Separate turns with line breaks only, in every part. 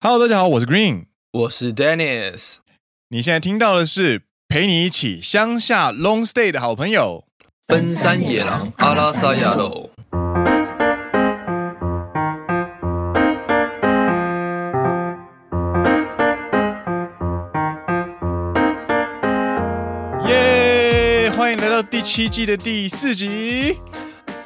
Hello，大家好，我是 Green。
我是 Dennis，
你现在听到的是陪你一起乡下 long stay 的好朋友。
奔山野狼阿拉萨亚喽。
耶、欢迎来到第七季的第四集。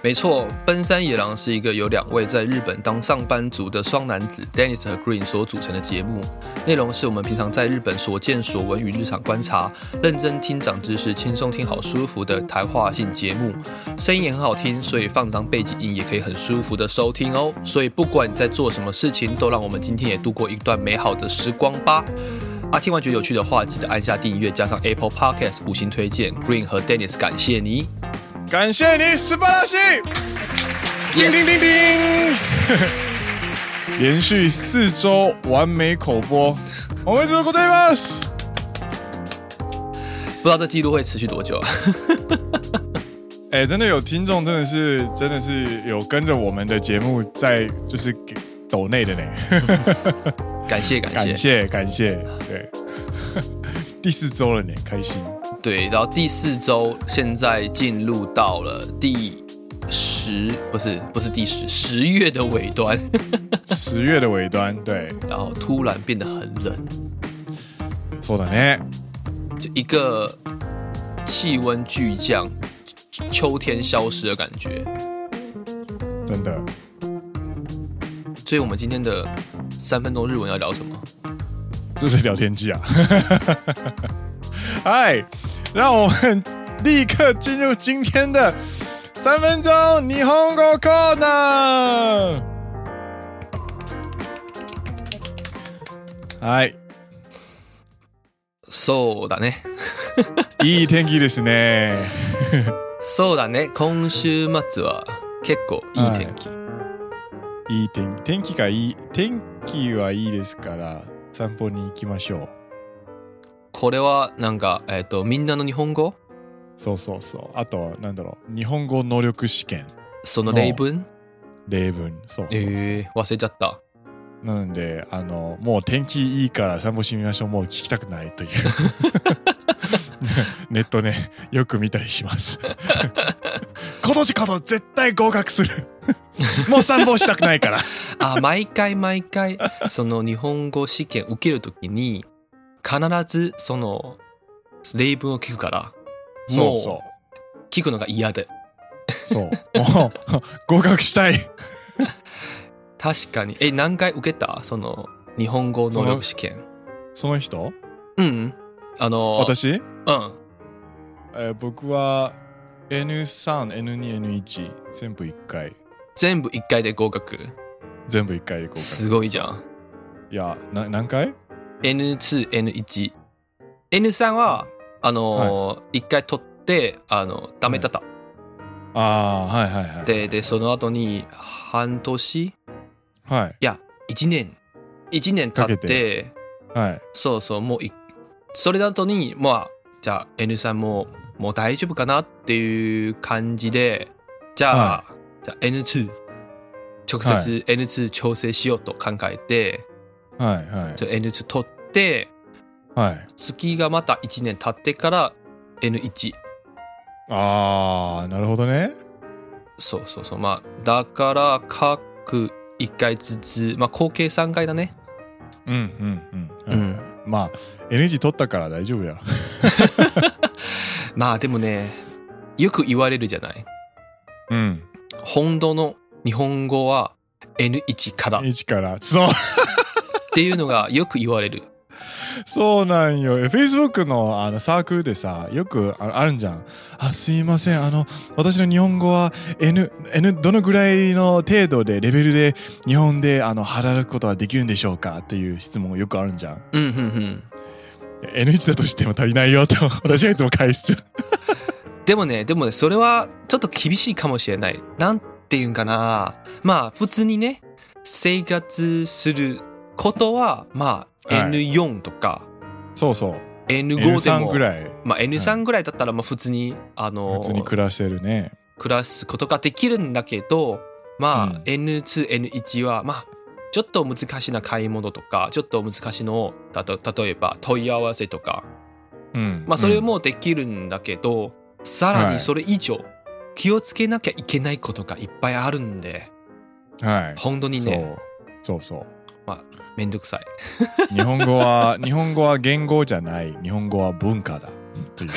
没错，奔山野狼是一个由两位在日本当上班族的双男子 Dennis 和 Green 所组成的节目，内容是我们平常在日本所见所闻与日常观察，认真听长知识，轻松听好舒服的谈话性节目，声音也很好听，所以放当背景音也可以很舒服的收听哦。所以不管你在做什么事情，都让我们今天也度过一段美好的时光吧。啊，听完觉得有趣的话，记得按下订阅，加上 Apple Podcast 五星推荐。Green 和 Dennis 感谢你。
感谢你，斯巴拉西！叮叮叮 叮，连续四周完美口播，我们一直ございます。
不知道这记录会持续多久啊？
哎、真的有听众，真的是真的是有跟着我们的节目在，就是给抖内的呢。
感谢感谢
感谢感谢，对， 第四周了呢，开心。
对，然后第四周现在进入到了第十，不是不是第十，十月的尾端，
十月的尾端，对，
然后突然变得很冷，
そうだね。
就一个气温巨降。秋天消失的感觉，
真的，
所以我们今天的三分钟日文要聊什么？
就是聊天记啊。 嗨，让我们立刻进入今天的三分钟日本語コーナー。はい、
そうだね。
いい天気ですね。
そうだね。今週末は結構いい天気。
いい天気、天気がいい、天気はいいですから散歩に行きましょう。
これはなんか、えっ、と、みんなの日本語
そうそうそう。あとは、なんだろう。日本語能力試験。
その例文
例文。そうそうそう。
えー、忘れちゃった。
なので、あの、もう天気いいから散歩してみましょう。もう聞きたくないと いう。ネットね、よく見たりします。 今年こそ絶対合格する。 もう散歩したくないから。
あ、毎回毎回、その日本語試験受けるときに、必ずその、例文を聞くから、
そうそ
聞くのが嫌で。
う。そう。もう、合格したい。
確かに。え、何回受けたその、日本語能力試験。
その人
うんうん。あの、
私、
うん。
えー僕は N3、N2、N1 全部1回。
全部1回で合格。
全部1回で合格。
すごいじゃん。
いや、な何回
N2、N1。N3 は、あのー、1回取って、あの、ダメだった。
ああ、はいはいはい。
で、で、その後に、半年
はい、
一年一年経って
かけはい。
そうそうもういそれだとにまあじゃあ N さんももう大丈夫かなっていう感じでじゃあ、
は
じゃあ N2 直
は
接 N2 調整しようと考えて、
はいはい
じゃあ N2 取って
はい。
月がまた1年経ってから N1
ああ、なるほどね。
そうそうそうまあだから各1回ずつまあ合計3回だね
うんうんうん。
う
うん
ん
まあ、NG 取ったから大丈夫や。
まあでもねよく言われるじゃない
うん。
本土の日本語は N1 からっ
1から。そう、
ていうのがよく言 われる。
そうなんよ。Facebook のあのサークルでさ、よくああるんじゃん。あ、すいません。あの、私の日本語は N、N どのぐらいの程度で、レベルで、日本で、あの、働くことはできるんでしょうかっていう質問よくあるんじゃん。
うんうんうん。
N1 だとしても足りないよと、 私はいつも返す。
でもね、でもね、それはちょっと厳しいかもしれない。なんていうんかな。まあ、普通にね、生活することは、まあ、
はい
N4 とか、
そうそう。
N5 で
N3
も、
ぐらい、
まあ、N3 ぐらいだったら、まあ、普通に、あの
普通に暮らしてるね。
暮らすことができるんだけど、まあ、
うん
N2、N1 は、まあ、ちょっと難しな買い物とか、ちょっと難しいのを、たと例えば問い合わせとか、
うん
まあそれもできるんだけど、さらにそれ以上、気をつけなきゃいけないことがいっぱいあるんで、
うんはい
本当にね、
そうそうそう
めんどくさい。
日本語は 日本語は言語じゃない日本語は文化だという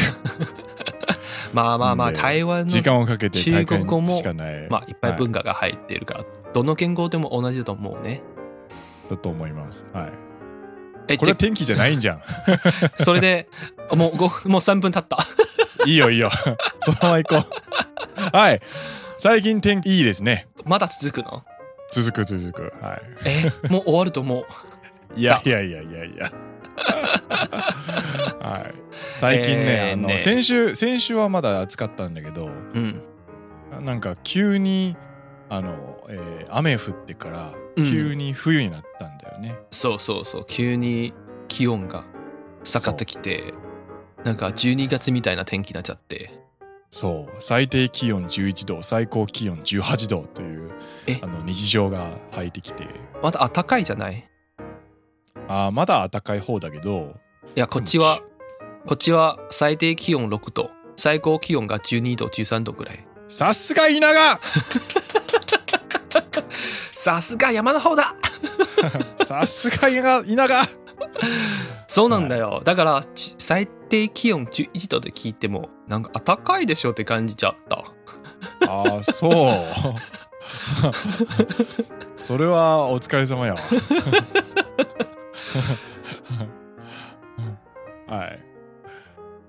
まあまあまあ、
ね
台湾の
時間をかけて体
中国語
験
も
しかない、
まあ、いっぱい文化が入っているから、どの言語でも同じだと思うね。
だと思いますはい
え、
これ
じ
は天気じゃないん じゃん
ゃそれで、もうごもう3分経った。
いいよいいよそのまま行こうはい最近天気いいですね
まだ続くの
続く続くは
え、もう終わると思う。
いいやいやいやいやいやはい最近ね,、
えー
あの
ね
先週先週はまだ暑かったんだけど
うん。
なんか急にあの、えー雨降ってから
うん
急に冬になったんだよね、
そうそうそう。急に気温が下がってきて、なんか12月みたいな天気になっちゃって。
そう最低気温11度最高気温18度という
え
あの日常が入ってきて
まだ暖かいじゃない
あーまだ暖かい方だけど
いや、こっちは、こっちは最低気温6度、最高気温が12度、13度ぐらい。
さすが稲賀
さすが山の方だ
さすが稲賀稲賀
そうなんだよ。だから、ち最低気温11度で聞いても、なんか暖かいでしょって感じちゃった。
あーそう それはお疲れ様やわ はい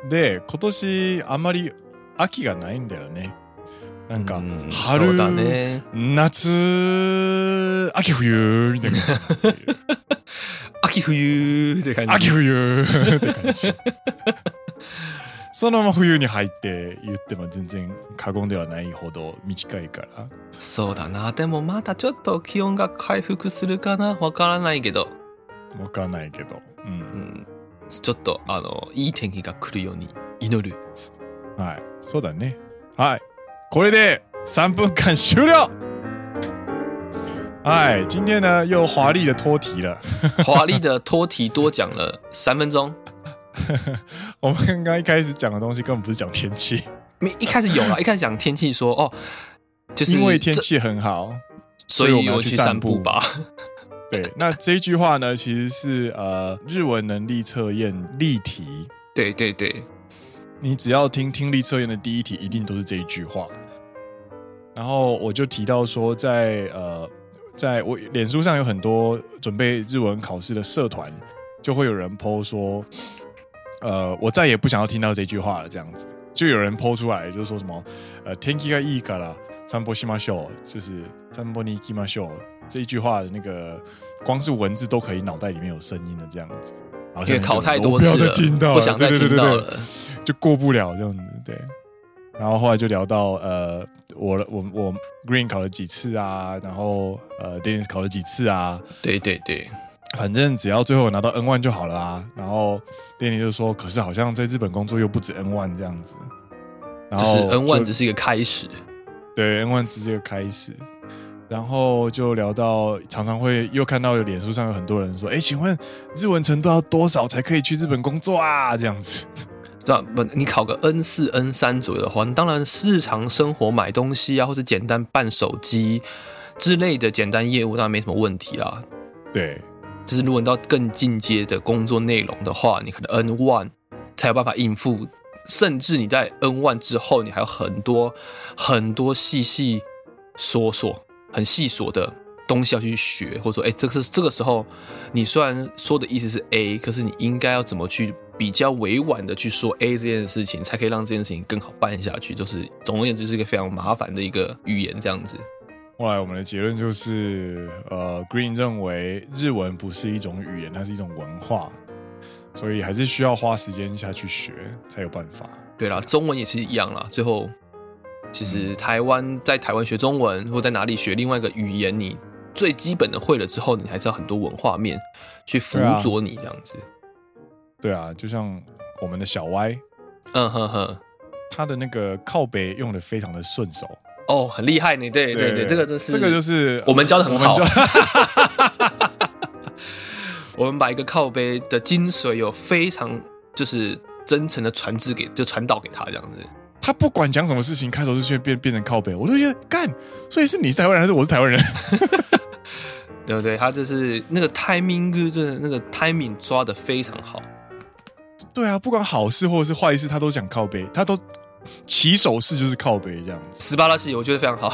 で今年あまり秋がないんだよねなんか
う
春
そうだね。
夏秋冬みたい な感じ
秋冬って感じ。
秋冬 って感じそのまま冬に入って言っても全然過言ではないほど短いから
そうだな。でもまだちょっと気温が回復するかなわからないけど、
わかんないけど、う
うんん。ちょっと、あの、いい啊天気が来るように祈る。
はいそうだねはいこれで3分間終了哎，今天呢又华丽的脱题了。
华丽的脱题多讲了三分钟。
我们刚刚一开始讲的东西根本不是讲天气，
没一开始有了，一开始讲天气说哦，就是
因为天
这，
气很好，
所
所以我
以
们要
我
去
去
散
散步
步
吧。
对，那这一句话呢，其实是呃日文能力测验例题，
对对对，
你只要听听力测验的第一题，一定都是这一句话。然后我就提到说在，呃，在我脸书上有很多准备日文考试的社团，就会有人 PO 说，呃，我再也不想要听到这句话了，这样子，就有人 PO 出来，就是说什么，呃，天気がいいから散歩しましょう，就是散歩に行きましょう这一句话的那个，光是文字都可以脑袋里面有声音的这样子。然后
因
下
为
面就
考
有人
太
说
多
我不要
次
再
了
听，到了，
不想再
对对
听
对对
到
对
了。
就过不了这样子，对。然后后来就聊到呃，我我我 Green 考了几次啊，然后呃 Dennis 考了几次啊，
对对对，
反正只要最后拿到 N one 就好了啊。然后 Dennis 就说，可是好像在日本工作又不止 N one 这样子。然
就
后
是 N one
就
只是一个开始。
对 N one 直接开始，然后就聊到常常会又看到有脸书上有很多人说，哎，请问日文程度要多少才可以去日本工作啊？这样子。
对吧？不，你考个 N 四、N 三左右的话，你当然日常生活买东西啊，或者简单办手机之类的简单业务，当然没什么问题啊。
对，
就是如果你到更进阶的工作内容的话，你可能 N one 才有办法应付，甚至你在 N one 之后，你还有很多很多细细琐琐、很细琐的东西要去学，或者说，哎、这个是这个时候，你虽然说的意思是 A，可是你应该要怎么去比较委婉的去说 A 这件事情，才可以让这件事情更好办下去。就是总而言之，是一个非常麻烦的一个语言，这样子。
后来我们的结论就是，呃，Green 认为日文不是一种语言，它是一种文化，所以还是需要花时间下去学才有办法。
对啦，中文也是一样啦。最后，其
嗯
实台湾在台湾学中文，或在哪里学另外一个语言，你最基本的会了之后，你还是要很多文化面去辅
啊
佐你这样子。
对啊，就像我们的小歪，
嗯哼哼，
他的那个靠北用的非常的顺手，
哦，很厉害呢，对对对，这个真是
这个就是
我们教的很好
我们教
我们把一个靠背的精髓有非常就是真诚的传递给，就传导给他这样子。
他不管讲什么事情，开头就先变变成靠北，我都觉得干，所以是你是台湾人还是我是台湾人？
对不对？他就是那个 timing，真的那个 timing 抓的非常好。
对啊，不管好事或者是坏事，他都讲靠北，他都起手式就是靠北这样子。
斯巴拉系我觉得非常好。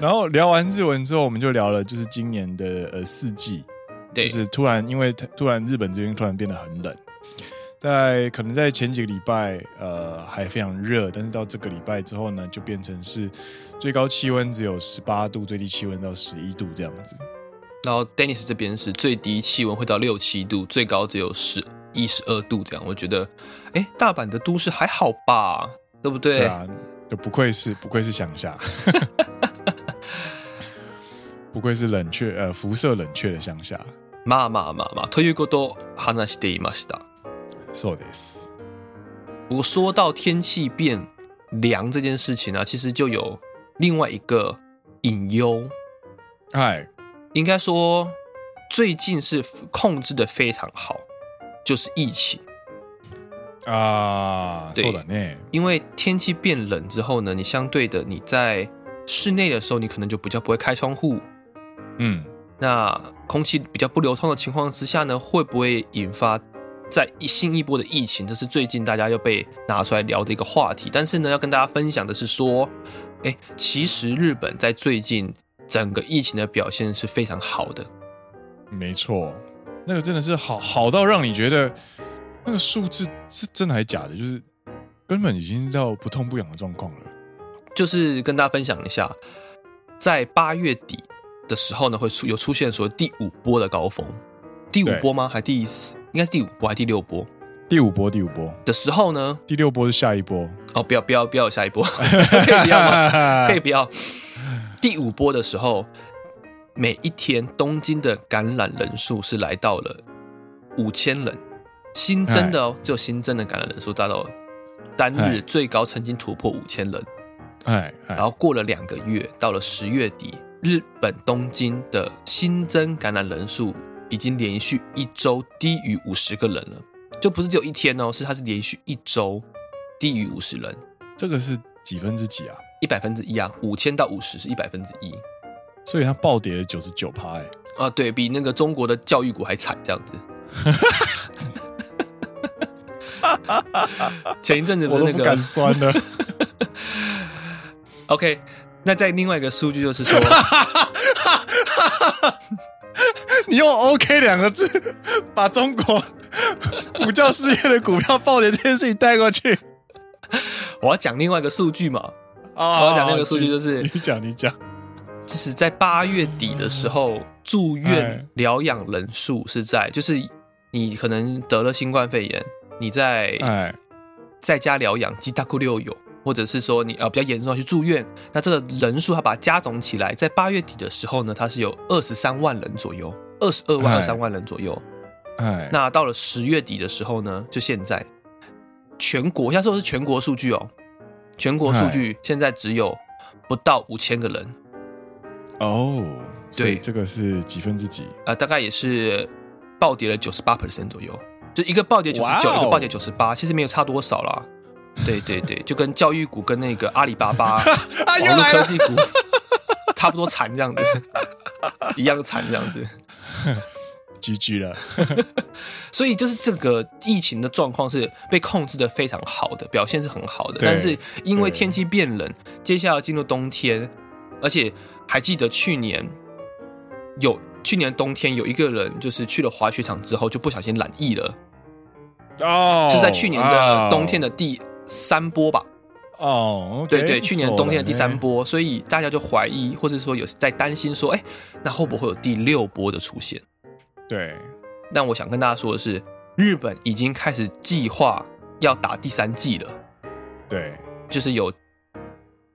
然后聊完日文之后，我们就聊了就是今年的呃四季，
对，
就是突然因为突然日本这边突然变得很冷，在可能在前几个礼拜呃还非常热，但是到这个礼拜之后呢，就变成是最高气温只有十八度，最低气温到十一度这样子。
然后 Dennis 这边是最低气温会到六七度，最高只有十一十二度这样。我觉得，哎，大阪的都市还好吧，对不对？
对啊，就不愧是不愧是乡下， 不愧是冷却呃辐射冷却的乡下。
まあまあまあまあ、ということを話していました。
そうです。
我说到天气变凉这件事情啊，其实就有另外一个隐忧，
嗨，
应该说最近是控制的非常好，就是疫情。
啊，
对
そうだね。
因为天气变冷之后呢，你相对的你在室内的时候，你可能就比较不会开窗户，
嗯，
那空气比较不流通的情况之下呢，会不会引发在一新一波的疫情？这是最近大家又被拿出来聊的一个话题。但是呢，要跟大家分享的是说，哎，其实日本在最近整个疫情的表现是非常好的。
没错，那个真的是好好到让你觉得那个数字是真的还假的，就是根本已经到不痛不痒的状况了。
就是跟大家分享一下，在八月底的时候呢，会出有出现所谓第五波的高峰，第五
对
波吗？还第四？应该是第五波还是第六波
第五波，第五波，
的时候呢？
第六波是下一波，
哦，不要不要不要有下一波， 可以不要吗？
啊
可以不要。第五波的时候，每一天东京的感染人数是来到了五千人，新增的哦，就新增的感染人数达到单日
哎
最高曾经突破五千人。
哎哎
然后过了两个月，到了十月底，日本东京的新增感染人数已经连续一周低于五十个人了，就不是只有一天哦，是它是连续一周低于五十人，
这个是几分之几啊？
一百分之一啊，五千到五十是一百分之一。
所以它暴跌了九十九趴，哎、
啊，对比那个中国的教育股还惨，这样子。 前一阵子不
我
是
都
那
不
个
敢酸 了。
OK，那在另外一个数据就 是说，
你用 “OK” 两个字把中国股教事业的股票暴跌这件事情带过去
我要讲另外一个数据嘛，
啊
我要讲那个数据就是
你，讲，你讲，
就是在八月底的时候，住
哎
院疗养人数是在，就是你可能得了新冠肺炎，你在
哎，
在家疗养，吉大库六有，或者是说你呃比较严重要去住院，那这个人数它把它加总起来，在八月底的时候呢，它是有二十三万人左右，二十二万二
哎
三万人左右。
哎，
那到了十月底的时候呢，就现在全国，现在说的是全国数据哦，全国数据现在只有不到五千个人，
哦，所以
对
这个是几分之几？
呃，大概也是暴跌了九十八 percent 左右，就一个暴跌九十
哇
九，
哦
一个暴跌九十八，其实没有差多少啦。对对对，就跟教育股跟那个阿里巴巴
啊
网络科技股差不多惨这 样子，一样惨这样子。
，GG 了，
所以就是这个疫情的状况是被控制的非常好的，表现是很好的。
对
但是因为
对
天气变冷，接下来进入冬天，而且还记得去年有去年冬天有一个人就是去了滑雪场之后就不小心染疫了，
哦，
是在去年的冬天
的
的第三波吧？
哦，
对对，去年冬天的
哎
第三波，所以大家就怀疑或者说有在担心说，哎，那会不会有第六波的出现？
そうだね，对，
但我想跟大家说的是，日本已经开始计划要打第三季了，
对，
就是有，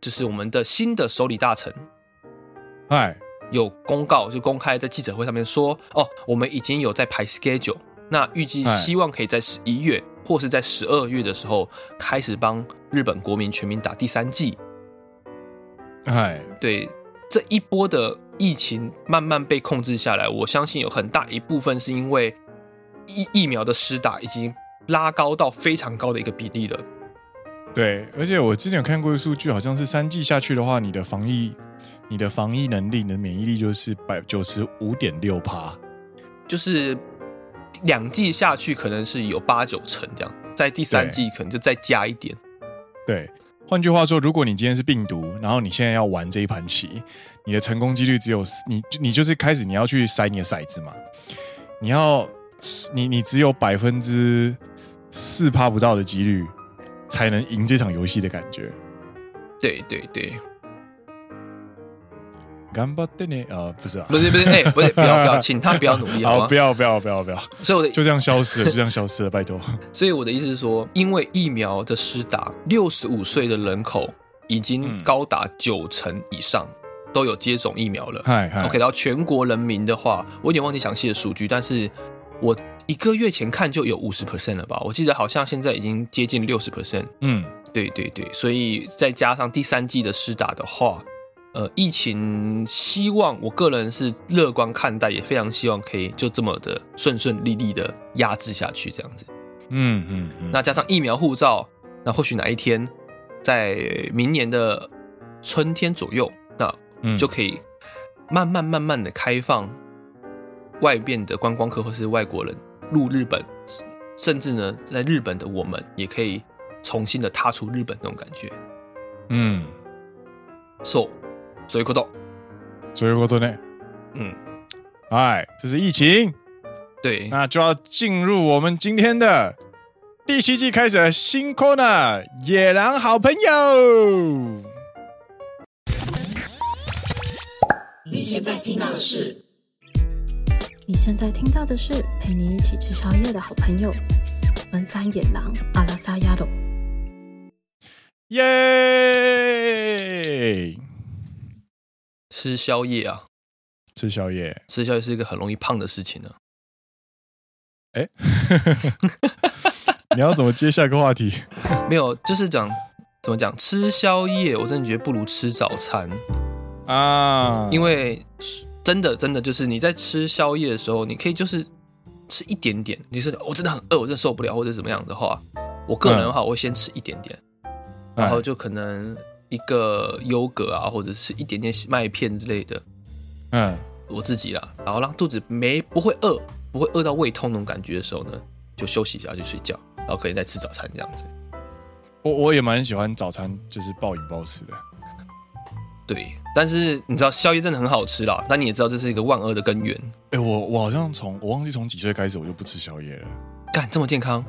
就是我们的新的首里大臣
哎，
有公告，就公开在记者会上面说，哦，我们已经有在排 schedule，那预计
哎
希望可以在十一月或是在十二月的时候开始帮日本国民全民打第三剂。
はい
对这一波的疫情慢慢被控制下来，我相信有很大一部分是因为疫疫苗的施打已经拉高到非常高的一个比例了。
对，而且我之前有看过数据，好像是三剂下去的话，你的防疫、你的防疫能力、你的免疫力就是百九十五点六趴。
就是两季下去可能是有八九成这样，在第三季可能就再加一点。
对，换句话说，如果你今天是病毒，然后你现在要玩这一盘棋，你的成功几率只有你，你就是开始你要去筛你的骰子嘛，你要你你只有百分之四趴不到的几率才能赢这场游戏的感觉。
对对对，
干巴的呢？啊，不是啊
不，是不是，哎、不是，不要不要，请他不要努力好
好，
吗
不？要不要不要不要，
所以我的，
就这样消失了，就这样消失了，拜托。
所以我的意思是说，因为疫苗的施打，六十五岁的人口已经
嗯
高达九成以上都有接种疫苗了。
嗨嗨
OK，到全国人民的话，我有点忘记详细的数据，但是我一个月前看就有五十 percent 了吧？我记得好像现在已经接近六十 percent。
嗯。
对对对，所以再加上第三季的施打的话，呃，疫情希望我个人是乐观看待，也非常希望可以就这么的顺顺利利的压制下去这样子。
嗯嗯嗯，
那加上疫苗护照，那或许哪一天在明年的春天左右，那
嗯
就可以慢慢慢慢的开放外边的观光客或是外国人入日本，甚至呢，在日本的我们也可以重新的踏出日本那种感觉。
嗯，
So，所以こと。
そういうことね。
嗯，
哎，这是疫情，
对，
那就要进入我们今天的第七季开始的新 corner 野狼好朋友。
你现在听到的是陪你一起吃宵夜的好朋友——门三野狼阿拉萨亚鲁。
耶！
吃宵夜啊，
吃宵夜，
吃宵夜是一个很容易胖的事情呢、啊
你要怎么接下一个话题？
没有，就是讲怎么讲，吃宵夜，我真的觉得不如吃早餐，
啊，
因
为
为真的真的就是你在吃宵夜的时候，你可以就是吃一点点，你是我、真的很饿，我真的受不了，或者怎么样的话，我个人的话，我会先吃一点点，
嗯
然后就可能一个优格啊，或者是一点点麦片之类的，
嗯
我自己啦，然后让肚子没不会饿，不会饿到胃痛那种感觉的时候呢，就休息一下去睡觉，然后可以再吃早餐这样子。
我我也蛮喜欢早餐，就是暴饮暴食的。
对，但是你知道宵夜真的很好吃啦，但你也知道这是一个万恶的根源。
哎、我我好像从我忘记从几岁开始我就不吃宵夜了。
干这么健康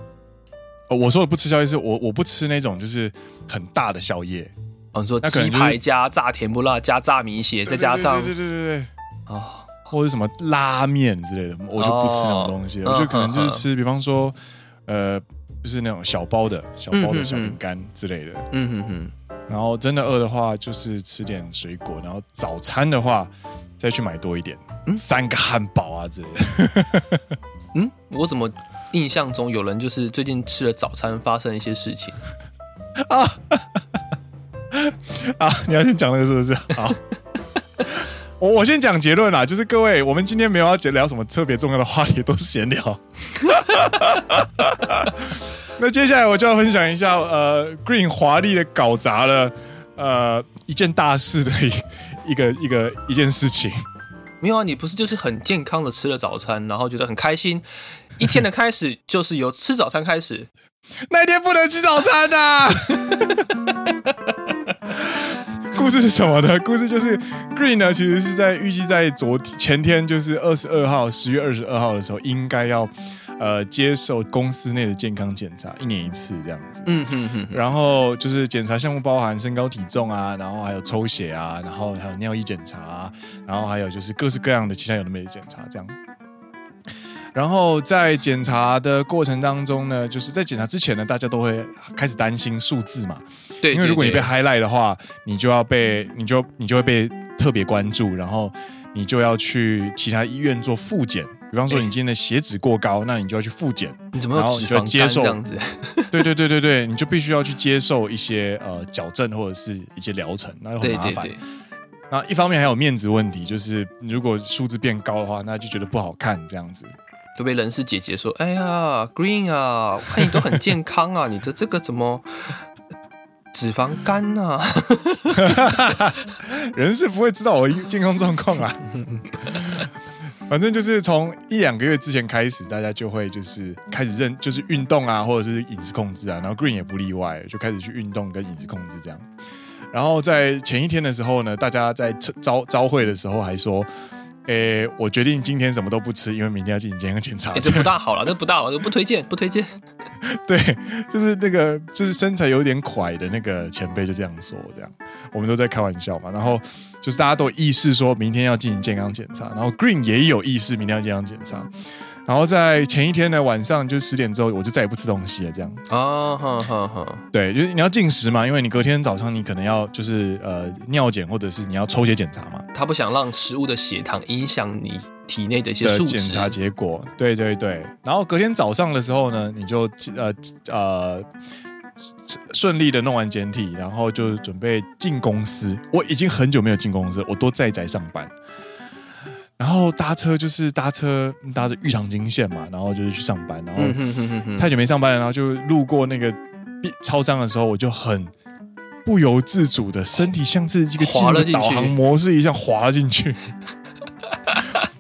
哦，我说的不吃宵夜是我我不吃那种就是很大的宵夜，
哦，你说
那可能
鸡
就是
排加炸甜不辣加炸米血，再加上
对对对对对对，
啊
或者什么拉面之类的，我就不吃那种东西了，
哦
我就可能就是
嗯
吃，比方说，呃，就是那种小包的小包
嗯嗯
的
嗯
小饼干之类的。
嗯哼哼，
然后真的饿的话，就是吃点水果，然后早餐的话再去买多一点，
嗯
三个汉堡啊之类的。
嗯，我怎么印象中有人就是最近吃了早餐发生一些事情？
啊，你要先讲那个是不是？好，我我先讲结论啦，就是各位，我们今天没有要聊什么特别重要的话题，都是闲聊。 那接下来我就要分享一下，呃，Green 华丽的搞砸了，呃，一件大事的一一个一个一件事情。
没有啊，你不是就是很健康的吃了早餐，然后觉得很开心，一天的开始就是由吃早餐 开始，
那天不能吃早餐呐、 故事是什么呢？故事就是 Green 呢，其实是在预计在昨前天，就是二十二号，十月二十二号的时候，应该要呃接受公司内的健康检查，一年一次这样子。
嗯哼哼哼，
然后就是检查项目包含身高体重啊，然后还有抽血啊，然后还有尿液检查、啊，然后还有就是各式各样的其他有的没的检查这样。然后在检查的过程当中呢，就是在检查之前呢，大家都会开始担心数字嘛，
对，
因为如果你被
对
highlight 的话，你就要被你就你就会被特别关注，然后你就要去其他医院做复检，比方说你今天的血脂过高，那你就要去复检。
你怎么有
然后
脂
你就要
肪
接
肝
受
这样子？
对对对对对，你就必须要去接受一些呃矫正或者是一些疗程，那就很
对
麻
对
烦
对。，
那一方面还有面子问题，就是如果数字变高的话，那就觉得不好看这样子。
都被人事姐姐说：“哎呀，Green 啊，我看你都很健康啊，你的这个怎么脂肪肝啊？
人是不会知道我健康状况啦。 反正就是从一两个月之前开始，大家就会就是开始认，就是运动啊，或者是饮食控制啊，然后 Green 也不例外，就开始去运动跟饮食控制这样。然后在前一天的时候呢，大家在招招会的时候还说，诶，我决定今天什么都不吃，因为明天要进行健康检查。
哎、 这不大好了，这不大好，这不推荐，不推荐。
对，就是那个就是身材有点垮的那个前辈就这样说，这样我们都在开玩笑嘛。然后就是大家都有意识说明天要进行健康检查，然后 Green 也有意识明天要健康检查。然后在前一天的晚上就十点之后，我就再也不吃东西了，这样。
哦，哈哈哈，
对，就是你要进食嘛，因为你隔天早上你可能要就是呃尿检或者是你要抽血检查嘛。
他不想让食物的血糖影响你体内的一些
的
数
检
值。
查结果，对对对。然后隔天早上的时候呢，你就呃呃顺利的弄完简体，然后就准备进公司。我已经很久没有进公司了，我都在宅上班。然后搭车就是搭车嗯搭着玉长金线嘛，然后就是去上班，然后
嗯哼哼哼哼，
太久没上班了，然后就路过那个超商的时候，我就很不由自主的身体像是一个进
滑了
入
进去
导航模式一样滑进去，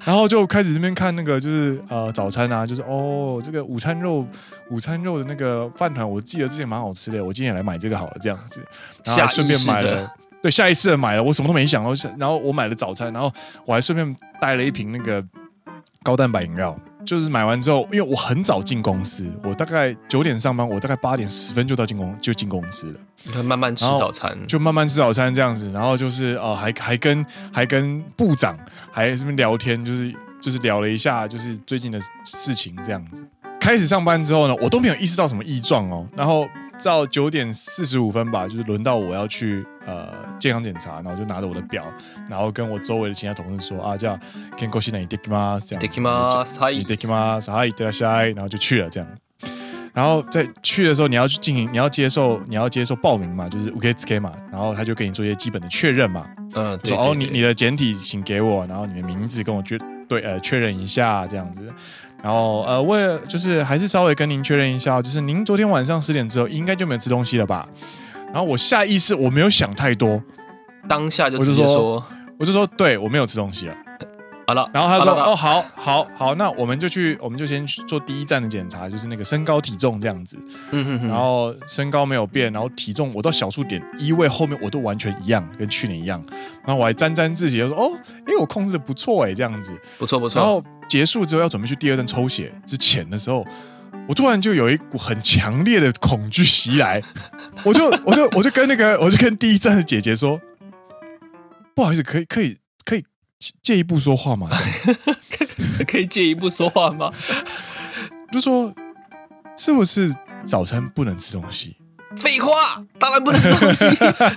然后就开始这边看那个就是呃早餐啊，就是哦这个午餐肉午餐肉的那个饭团，我记得之前蛮好吃的，我今天也来买这个好了这样子，然后还顺便买
下意识
了
的。
对，下意识的买了，我什么都没想，然后然后我买了早餐，然后我还顺便带了一瓶那个高蛋白饮料。就是买完之后，因为我很早进公司，我大概九点上班，我大概八点十分就到进公就进公司了，
你看慢慢吃
然后
早餐，
就慢慢吃早餐这样子，然后就是呃还还跟还跟部长还什么聊天，就是就是聊了一下就是最近的事情这样子。开始上班之后呢，我都没有意识到什么异状哦，然后到九点四十五分吧，就是轮到我要去呃健康检查，然后我就拿着我的表，然后跟我周围的其他同事说啊，叫 Ken k o s h i n a i d e k i m a 这样子
できます。はい
你。得きます，はい、いってらっしゃい，然后就去了这样。然后在去的时候，你要去进行，你要接受，你要接受报名嘛，就是 OK SK 嘛，然后他就给你做一些基本的确认嘛，
嗯，对
说哦，你你
的
的简体请给我，然后你的名字跟我确对呃确认一下这样子，然后呃为了就是还是稍微跟您确认一下，就是您昨天晚上十点之后应该就没有吃东西了吧？然后我下意识我没有想太多，
当下就
我就
直接
说
说，
我就说对我没有吃东西了。
好了，
然后他说：“
好了
哦，好好好，那我们就去，我们就先去做第一站的检查，就是那个身高体重这样子。
嗯哼哼，
然后身高没有变，然后体重我到小数点一位后面我都完全一样，跟去年一样。然后我还沾沾自喜地说：哦，诶，我控制的不错诶，这样子。
不错不
然
错，
后结束之后要准备去第二站抽血之前的时候，我突然就有一股很强烈的恐惧袭来， 我就我就我就跟那个我就跟第一站的姐姐说，不好意思，可以可以可以借借一步说话吗？这样
可以借一步说话吗？
就说是不是早餐不能吃东西？
废话，当然不能吃东西。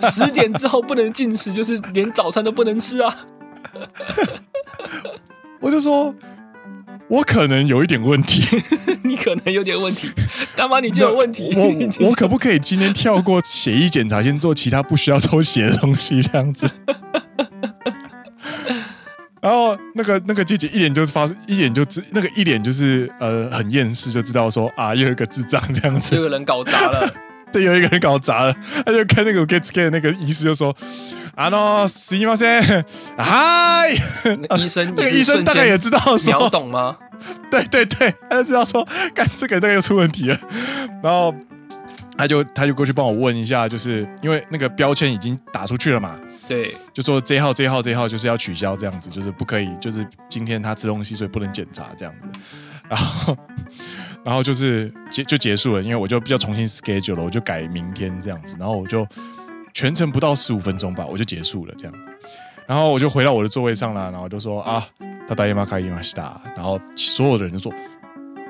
十点之后不能进食，就是连早餐都不能吃啊。
我就说，我可能有一点问题，
你可能有点问题，他妈你 就有问题。
我 我我可不可以今天跳过血液检查，先做其他不需要抽血的东西？这样子。 然后那个那个姐姐一脸就是发，一脸就知那个一脸就是呃很厌世，就知道说啊又有一个智障这样子
这。个人搞砸了，
对，有一个人搞砸了，他就看那个 get get 那个医师就说，啊 no，すみません，嗨，
那医生
那个
也是
医生
瞬
大概
间
也知道
秒
说，
懂吗？
对对对，他就知道说，干这个大概又出问题了，然后他就他就过去帮我问一下，就是因为那个标签已经打出去了嘛，
对，
就说这一号这一号这一号就是要取消这样子，就是不可以，就是今天他吃东西所以不能检查这样子，然后然后就是结就结束了，因为我就比较重新 schedule 了，我就改明天这样子，然后我就全程不到十五分钟吧，我就结束了这样，然后我就回到我的座位上了，然后就说啊，他大姨妈开伊玛西达，然后所有的人都说，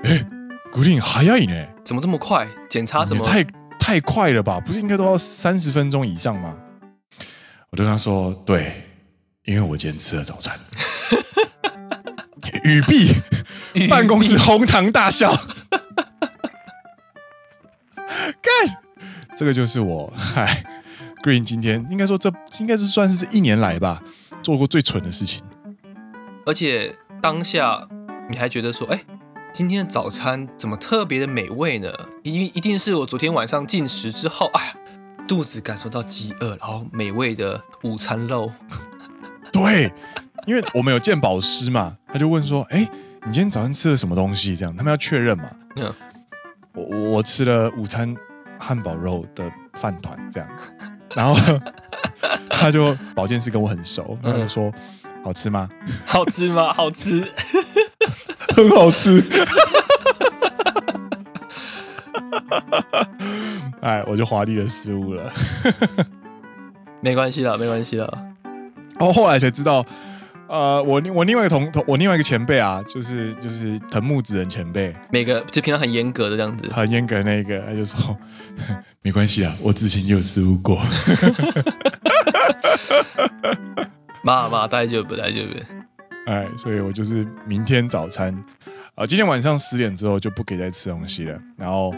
哎，古林还要呢，
怎么这么快？检查啊怎
也
么？
太太快了吧？不是应该都要三十分钟以上吗？我对他说， 对，因为我今天吃了早餐。语毕，
语
办公室哄堂大笑。干，这个就是我。嗨，Green 今天应该说这应该是算是这一年来吧做过最蠢的事情。
而且当下你还觉得说，哎、今天的早餐怎么特别的美味呢？一定一定是我昨天晚上进食之后，哎呀，肚子感受到饥饿，然后美味的午餐肉。
对，因为我们有鉴宝师嘛，他就问说：“哎、你今天早上吃了什么东西？”这样他们要确认嘛。
嗯
我我我吃了午餐汉堡肉的饭团这样，然后他就保健师跟我很熟，然后就说：“好吃吗？
好吃吗？ 好吃。
很好吃。”哎，我就华丽的失误了。
没关系啦，没关系啦。
哦，后来才知道，呃，我另我另外一个同同我另外一个前辈啊，就是就是藤木子人前辈，
每个就平常很严格的这样子，
很严格那个，他就说 没关系啊，我之前也有失误过。
妈妈大丈夫大丈夫。
哎，所以我就是明天早餐，啊、今天晚上十点之后就不可以再吃东西了，然后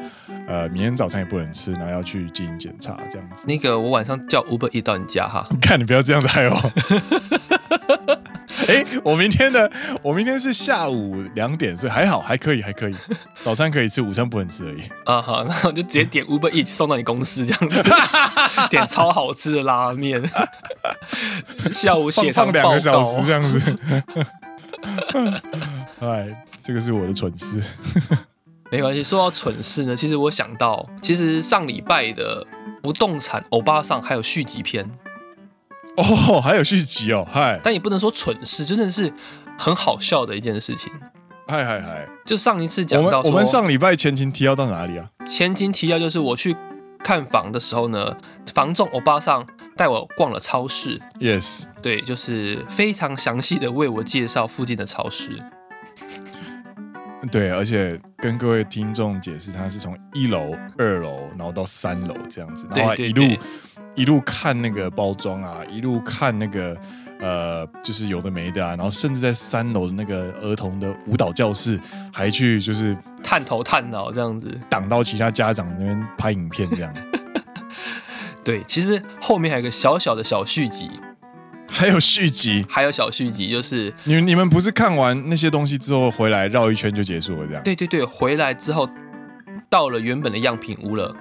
呃，明天早餐也不能吃，然后要去进行检查这样子。
那个我晚上叫 Uber E 到你家哈。
看你不要这样子害我。 哎、我明天的我明天是下午两点，所以还好，还可以，还可以，早餐可以吃，午餐不能吃而已。
啊好，那我 就直接点 Uber Eats 送到你公司这样子，点超好吃的拉面，下午
放
写上
放两
报
个小
告。哦
时这样子。 哎，这个是我的蠢事。
没关系。说到蠢事呢，其实我想到，其实上礼拜的不动产欧巴上还有续集篇，
哦，还有续集哦，嗨，
但也不能说蠢事，真的是很好笑的一件事情。
嗨嗨嗨，
就上一次
我
讲
们
到
我
说
们上礼拜前情提要到哪里啊？
前情提要就是我去看房的时候呢，房仲欧巴上带我逛了超市，
Yes，
对，就是非常详细的为我介绍附近的超市。
对，而且跟各位听众解释，他是从一楼、二楼，然后到三楼这样子，然后还
对
一
对
路
对
一路看那个包装啊，一路看那个呃，就是有的没的啊，然后甚至在三楼的那个儿童的舞蹈教室，还去就是
探头探脑这样子。
挡到其他家长那边拍影片这样。
对，其实后面还有一个小小的小续集，
还有续集，
还有小续集就是，
你们你们不是看完那些东西之后回来绕一圈就结束了这样？
对对对，回来之后到了原本的样品屋了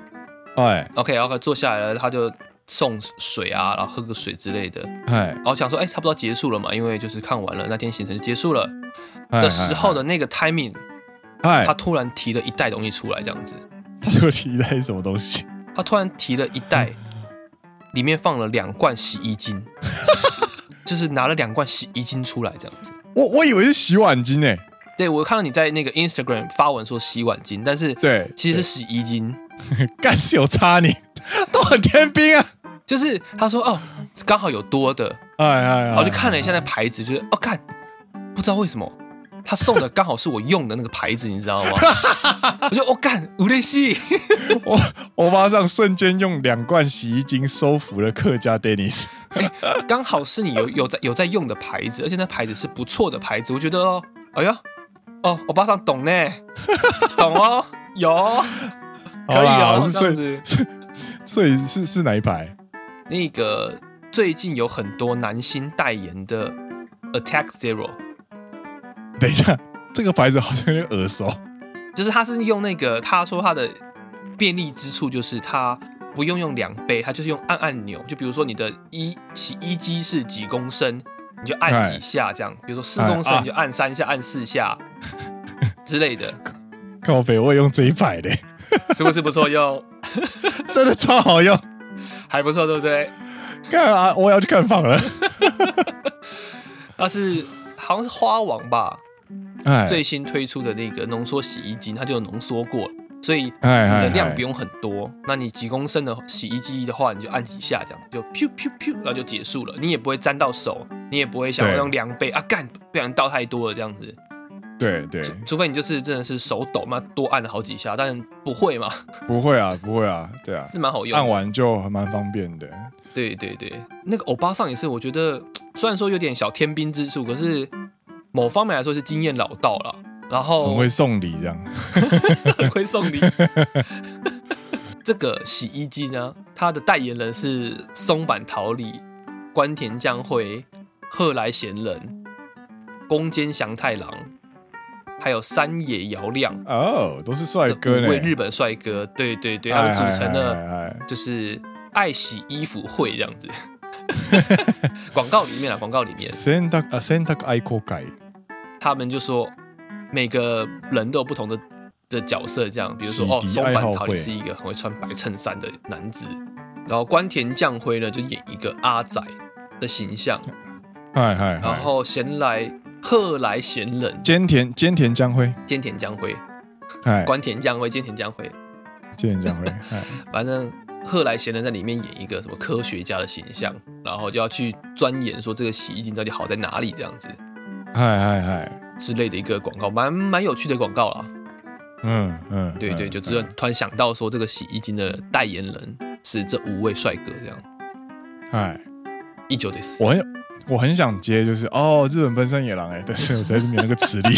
哎
，OK，然后坐下来了，他就送水啊，然后喝个水之类的。然
哎
后想说，哎，差不多结束了嘛，因为就是看完了那天行程就结束了
哎
的时候的那个 timing，
哎，
他突然提了一袋东西出来，这样子，
他就提袋什么东西？
他突然提了一袋，里面放了两罐洗 衣精，就是拿了两罐洗衣精出来这样子。
我我以为是洗碗巾诶、
对，我看到你在那个 Instagram 发文说洗碗巾，但是
对
其实是洗衣精。
干是有差你， 都很天兵啊！
就是他说哦，刚好有多的，
哎哎，哎
然后就看了一下那牌子，就是哦，看不知道为什么他送的刚好是我用的那个牌子，你知道吗？ 我就哦干，无力系，
我我妈上瞬间用两罐洗衣精收服了客家 Dennis。
哎刚好是你有有在有在用的牌子，而且那牌子是不错的牌子，我觉得哦，哎呀，哦，我爸上懂呢， 懂哦，有哦可
好
以
啦
哦，
是
这样
所以
子。
是所以是是哪一排？
那个最近有很多男星代言的 Attack Zero，
等一下，这个牌子好像有点耳熟。
就是他是用那个他说他的便利之处就是他不用用量杯，他就是用按按钮，就比如说你的衣洗衣机是几公升，你就按几下这样，比如说四
哎
公升
啊
你就按三下、按四下之类的，
靠北，我也用这一排的、
是不是不错用？
真的超好用。
还不错，对不对？
看啊，我也要去看房了。
那是好像是花王吧，
哎
最新推出的那个浓缩洗衣机，它就有浓缩过，所以
哎
你
哎哎
的量不用很多，那你几公升的洗衣机的话，你就按几下，这样就噗噗噗，然后就结束了，你也不会沾到手，你也不会想要
对
用量杯啊，干，不然倒太多了这样子，
哎对对，
除非你就是真的是手抖嘛，多按了好几下，但不会嘛，
不会啊，不会啊，对啊，
是蛮好用
按
的。
完就还蛮方便的。
对对对，那个欧巴桑也是，我觉得虽然说有点小天兵之术，可是某方面来说是经验老道了。然后
很会送礼这样。
很会送礼。 这个洗衣机呢，它的代言人是松坂桃李、关田将辉、贺来贤人、宫间祥太郎，还有山野遥亮，
哦，都是帅
这
哥
五位
呢。
日本帅哥。对对对，他
哎
们组成了
哎哎哎
就是爱洗衣服会这 样子。广告里面啊，广告里面，
洗濯啊洗濯愛好会，
他们就说每个人都有不同的的角色，这样，比如说
洗
哦，
涤
松
爱好
坂桃李
会
是一个很会穿白衬衫的男子，然后关田将辉呢就演一个阿仔的形象，
嗨嗨
然
嗨，
后闲来贺来闲人
菅田菅田将晖，
菅田将晖、
哎嗨，
关田将辉、菅田将晖，
菅田将晖，嗨，
反正贺来贤人在里面演一个什么科学家的形象，然后就要去钻研说这个洗衣精到底好在哪里这样子
嗨嗨嗨，
之类的一个广告，蛮蛮有趣的广告啦。
嗯嗯，
对对，
嗯
就突然突然想到说，这个洗衣精的代言人是这五位帅哥，这样
嗨，
一九得四，
我很我很想接，就是哦，日本奔山野狼哎，但是我实在是没有那个磁力。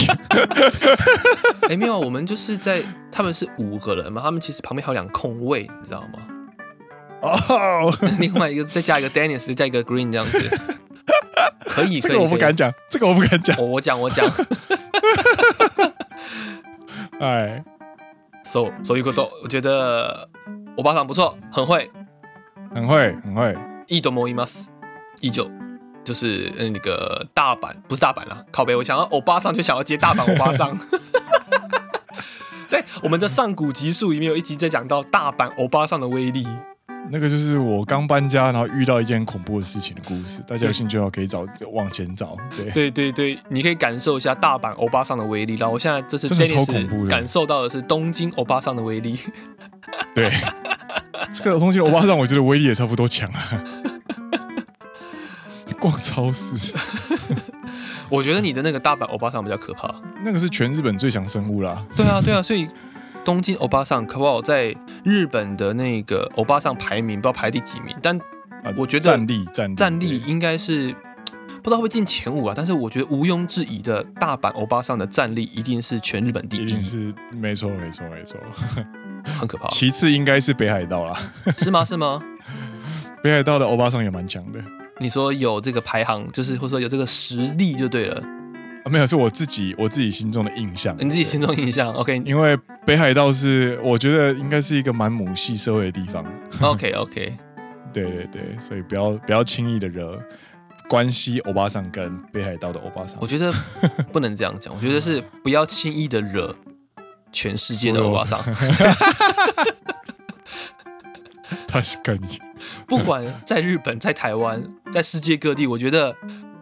哎没有，我们就是在他们是五个人嘛，他们其实旁边还有两空位，你知道吗？
哦，
另外一个再加一个 Dennis，再加一个 Green 这样子，可以，
这
可以，
个我不
可以
敢，讲，这个我不敢讲。
我我讲我讲
哎，
，so so 一个都，我觉得我巴掌不错，很会，
很会很会，
一どもいます，一九。就是呃那个大阪，不是大阪啦，靠北，我想要欧巴桑就想要接大阪欧巴桑。在我们的上古集数里面有一集在讲到大阪欧巴桑的威力，
那个就是我刚搬家，然后遇到一件很恐怖的事情的故事。大家有兴趣的话，可以找往前找。对，
对对对，你可以感受一下大阪欧巴桑的威力。然后我现在这次
真的超恐怖
Dennis
的
感受到的是东京欧巴桑的威力，
对，这个东西我巴上我觉得威力也差不多强啊。 逛超市，
我觉得你的那个大阪欧巴桑比较可怕。
那个是全日本最强生物啦。
对啊对啊，所以东京欧巴桑可不好在日本的那个欧巴桑排名不知道排第几名，但
啊
我觉得
战力战力
战力应该是不知道会不会进前五啊，但是我觉得毋庸置疑的，大阪欧巴桑的战力一定是全日本第
对一
一
定，是没错没错没错。
很可怕，
其次应该是北海道啦，
是吗？是吗？
北海道的欧巴桑也蛮强的。
你说有这个排行，就是或者说有这个实力就对了，
啊没有，是我自己我自己心中的印象。
你自己心中印象。OK
因为北海道是我觉得应该是一个蛮母系社会的地方，
OK OK，
对对对，所以不要不要轻易的惹关西欧巴桑跟北海道的欧巴桑
我，觉得不能这样讲，我觉得是不要轻易的惹全世界的欧巴桑，
確かに。
不管在日本、在台湾、在世界各地，我觉得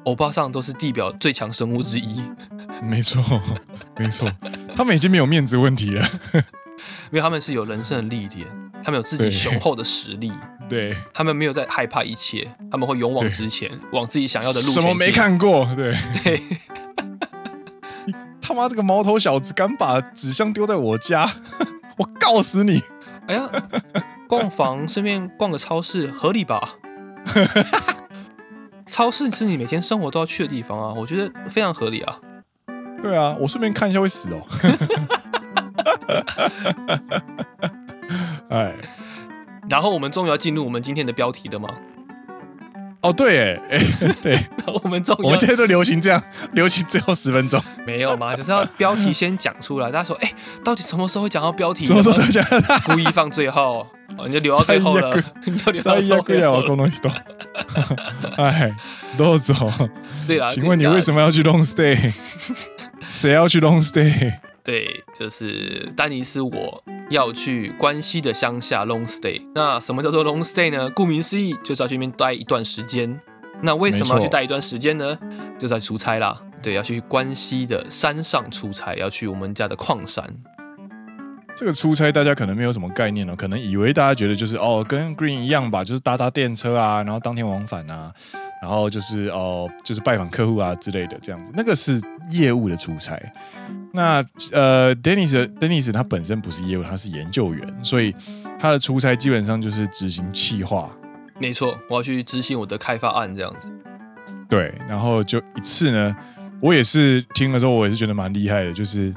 欧巴桑都是地表最强生物之一。
没错没错，他们已经没有面子问题了。
因为他们是有人生的历练，他们有自己
对
雄厚的实力，
对，
他们没有在害怕一切，他们会勇往
对
直前，往自己想要的路前
什
进。
么没？看过？对
对，
他妈这个毛头小子敢把纸箱丢在我家， 我告死你！
哎呀，逛房顺便逛个超市，合理吧？ 超市是你每天生活都要去的地方啊，我觉得非常合理啊。
对啊，我顺便看一下会死哦。 哎，
然后我们终于要进入我们今天的标题了吗？
哦对，哎， 哎对，
然后我们终于
我
要
们现在都流行这样，流行最后十分 钟，
没有嘛，就是要标题先讲出来。大家说，哎，到底什么时候会讲到标题呢？
什么时候才 讲？
故意放最后，哦，你就留到最后了
最悪，
你就留到
最
最后
悪やわ
了。
この人。 哎，どうぞ。
对啦，
请问你为什
么？
么要去 long stay？谁要去 long stay？
对，就是丹尼斯，我要去关西的乡下 long stay。那什么叫做 long stay 呢？顾名思义，就是要去那边待一段时间。那为什么要
没错
去待一段时间呢？就是要出差啦。对，要去关西的山上出差，要去我们家的矿山。
这个出差大家可能没有什么概念哦，可能以为大家觉得就是哦，跟 Green 一样吧，就是搭搭电车啊，然后当天往返啊，然后就是哦，就是拜访客户啊之类的这样子。那个是业务的出差。那呃，Dennis Dennis 他本身不是业务，他是研究员，所以他的出差基本上就是执行企划，
没错，我要去执行我的开发案，这样子。
对，然后就一次呢，我也是听了之后，我也是觉得蛮厉害的。就是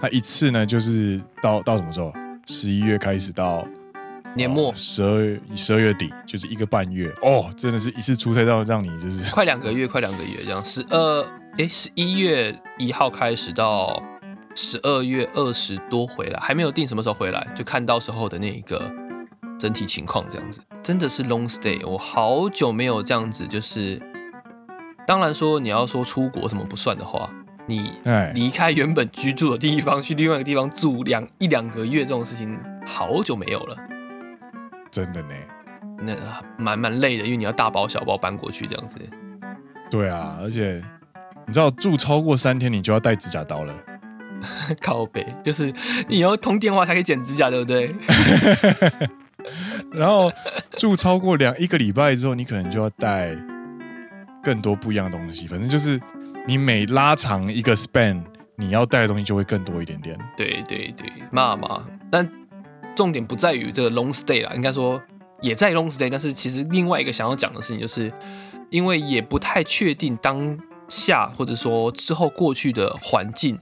他一次呢，就是到到什么时候？十一月开始到呃
年末
十二月十二月底，就是一个半月哦，真的是一次出差到让你 就是
快两个月，快两个月这样。十二哎，十一月一号开始到十二月二十多回来，还没有定什么时候回来，就看到时候的那一个整体情况这样子。真的是 long stay，我好久没有这样子，就是当然说你要说出国什么不算的话，你
哎
离开原本居住的地方去另外一个地方住两一两个月这种事情，好久没有了。
真的呢。
那蛮蛮累的，因为你要大包小包搬过去这样子。
对啊，而且你知道住超过三天，你就要带指甲刀了。
靠北，就是你要通电话才可以剪指甲，对不对？
然后住超过两一个礼拜之后，你可能就要带更多不一样的东西。反正就是你每拉长一个 span，你要带的东西就会更多一点点。
对对对，骂嘛。但重点不在于这个 long stay 啦，应该说也在 long stay，但是其实另外一个想要讲的事情，就是因为也不太确定当下或者说之后过去的环境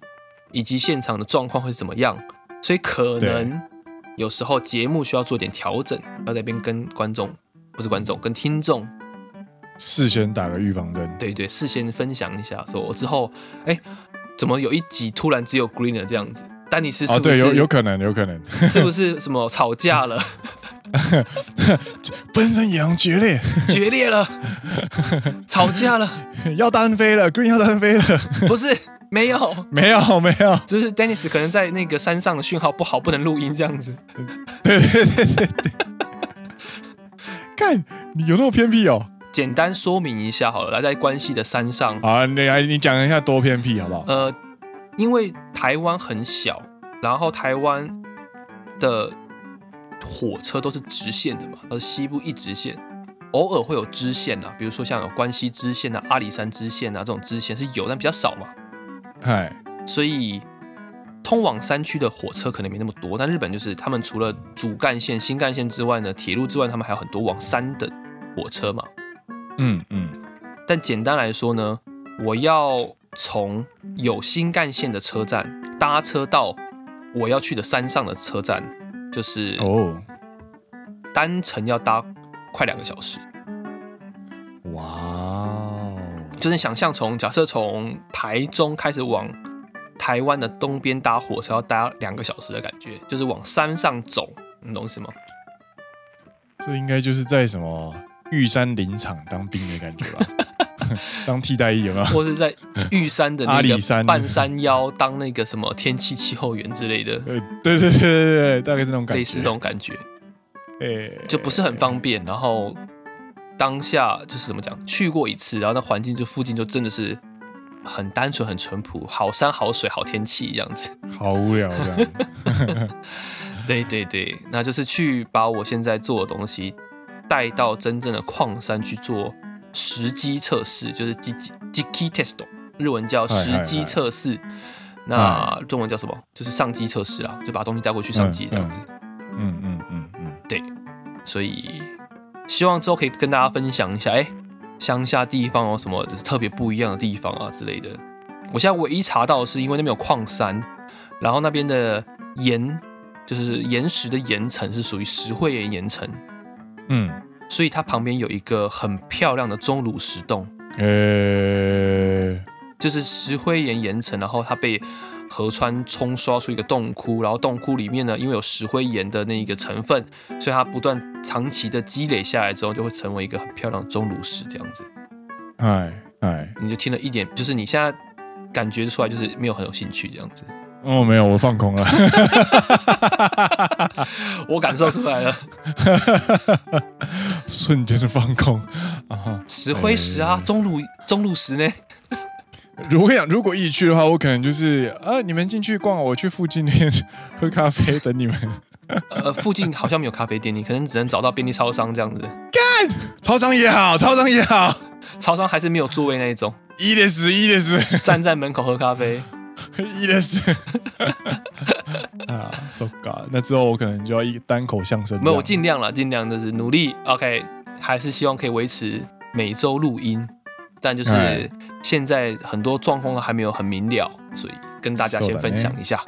以及现场的状况会是怎么样，所以可能有时候节目需要做点调整，要在那边跟观众不是观众跟听众
事先打个预防针，
对对，事
嗯
先分享一下，说我之后，哎，怎么有一集突然只有 Greener 这样子？丹尼斯
哦，
是不
对，
是、
有有可能，有可能，
是不是什么吵架了、
奔身野狼决裂，
决裂了、吵架了？
要单飞了，Green 要单飞了，
不是，没有，
没有，没有，
只是 Dennis 可能在那个山上的讯号不好，不能录音这样子。
对对对对对，看你有那么偏僻哦？
简单说明一下好了，来在关西的山上，
好啊，你来，你讲一下多偏僻好不好？
呃，因为台湾很小，然后台湾的火车都是直线的嘛，都是西部一直线，偶尔会有支线啊，比如说像有关西支线啊、阿里山支线啊这种支线是有，但比较少嘛，
嗨，
所以通往山区的火车可能没那么多。但日本就是他们除了主干线、新干线之外呢，铁路之外，他们还有很多往山的火车嘛。
嗯嗯，
但简单来说呢，我要从有新干线的车站搭车到我要去的山上的车站，就是
哦，
单程要搭快两个小时。
哇哦，
就是你想象从假设从台中开始往台湾的东边搭火车要搭两个小时的感觉，就是往山上走，你懂我意思吗？
这应该就是在什么玉山林场当兵的感觉 吧？当替代役有没有？
或是在玉山的
阿
那
里
个
山
半山腰当那个什么天气气候员之 类的，
呃，对对对对对，大概是那种感觉，
类似这种感觉。
哎
就不是很方便。然后当下就是怎么讲，去过一次，然后那环境就附近就真的是很单纯、很淳朴，好山好水好天气这样子。
哎好无聊这样。
对对对，那就是去把我现在做的东西带到真正的矿山去做实机测试，就是机机机 key test，日文叫
嗨嗨
实机测试。那中文叫什么？就是上机测试啊，就把东西带过去上机这样子。
嗯嗯嗯嗯，
所以希望之后可以跟大家分享一下，哎、乡下地方有什么就是特别不一样的地方啊之类的。我现在唯一查到的是，因为那边有矿山，然后那边的岩就是岩石的岩层是属于石灰岩岩层，
嗯，
所以它旁边有一个很漂亮的钟乳石洞，
呃，
就是石灰岩岩层，然后它被河川冲刷出一个洞窟，然后洞窟里面呢，因为有石灰岩的那一个成分，所以它不断长期的积累下来之后，就会成为一个很漂亮的钟乳石这样子。
哎哎，
你就听了一点，就是你现在感觉出来，就是没有很有兴趣这样子。
哦，没有，我放空了。
我感受出来了，
瞬间的放空啊！
石灰石啊，钟乳钟乳石呢？
如果想如果一起去的话，我可能就是啊，你们进去逛，我去附近那边喝咖啡等你们。
呃，附近好像没有咖啡店，你可能只能找到便利超商这样子，
超商也好，超商也好，
超商还是没有座位那一种，
一点十，一点十，
站在门口喝咖啡。
一点十。 啊，so god！那之后我可能就要一单口相声这样。
没有，我尽量了，尽量就是努力。OK，还是希望可以维持每周录音。但就
哎
是现在很多状况都还没有很明了，所以跟大家
そう
先
だね
分享一
哎
下。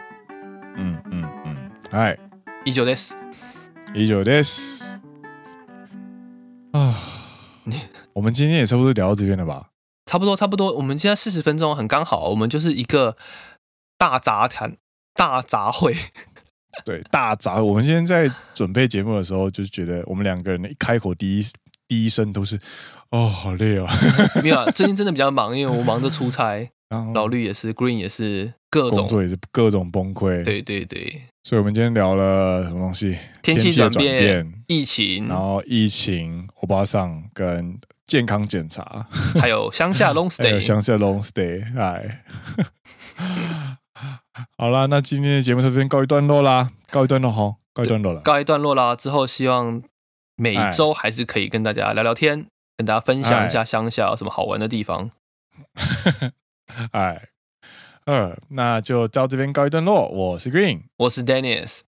うんうんうんはい
依旧 this，
以上です啊
你
我们今天也差不多聊到这边了吧
差不多差不多，我们现在四十分钟很刚好，我们就是一个大杂谈大杂烩。
对，大杂。我们今天在准备节目的时候，就是觉得我们两个人一开口第一第一声都是“哦，好累哦
没有啊，最近真的比较忙，因为我忙着出 差，”，
然
老
后
绿也是，Green 也是，
嗯
各
工
种。
作也是各种崩溃。，
对对对，
所以我们今天聊了什么东西？
天
气
气
的
转
变，
疫情
然，后疫情、欧巴桑跟健康检查，
还有乡下 long
还有
stay。
乡下 long stay。哎，好啦，那今天的节目到这边告一段落啦，告一段落哈，告一段落了。
告一段落啦，之后希望每
哎
周还是可以跟大家聊聊天，跟大家分享一下乡下有什么好玩的地方。
哎，呃，那就到这边告一段落。我是 Green。
我是 Dennis，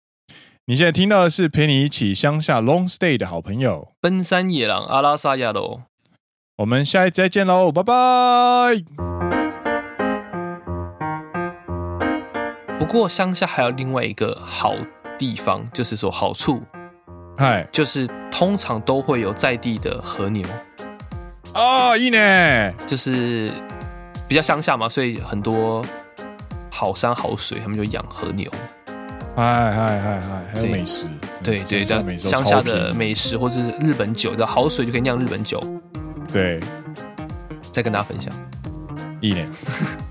你现在听到的是陪你一起乡下 long stay 的好朋友，
奔山野狼阿拉萨亚罗。
我们下一集再见喽，拜拜。
不过乡下还有另外一个好地方，就是说好处，
嗨
就是通常都会有在地的和牛，
哦，いいね。
就是比较乡下嘛，所以很多好山好水，他们就养和牛。
嗯嗨嗨嗨嗨，还有
对
美食，
对对，
乡下
在
美食都
乡
超
下
便宜
的美食或者是日本酒，的好水就可以酿日本酒，
对，
再跟大家分享。
いいね。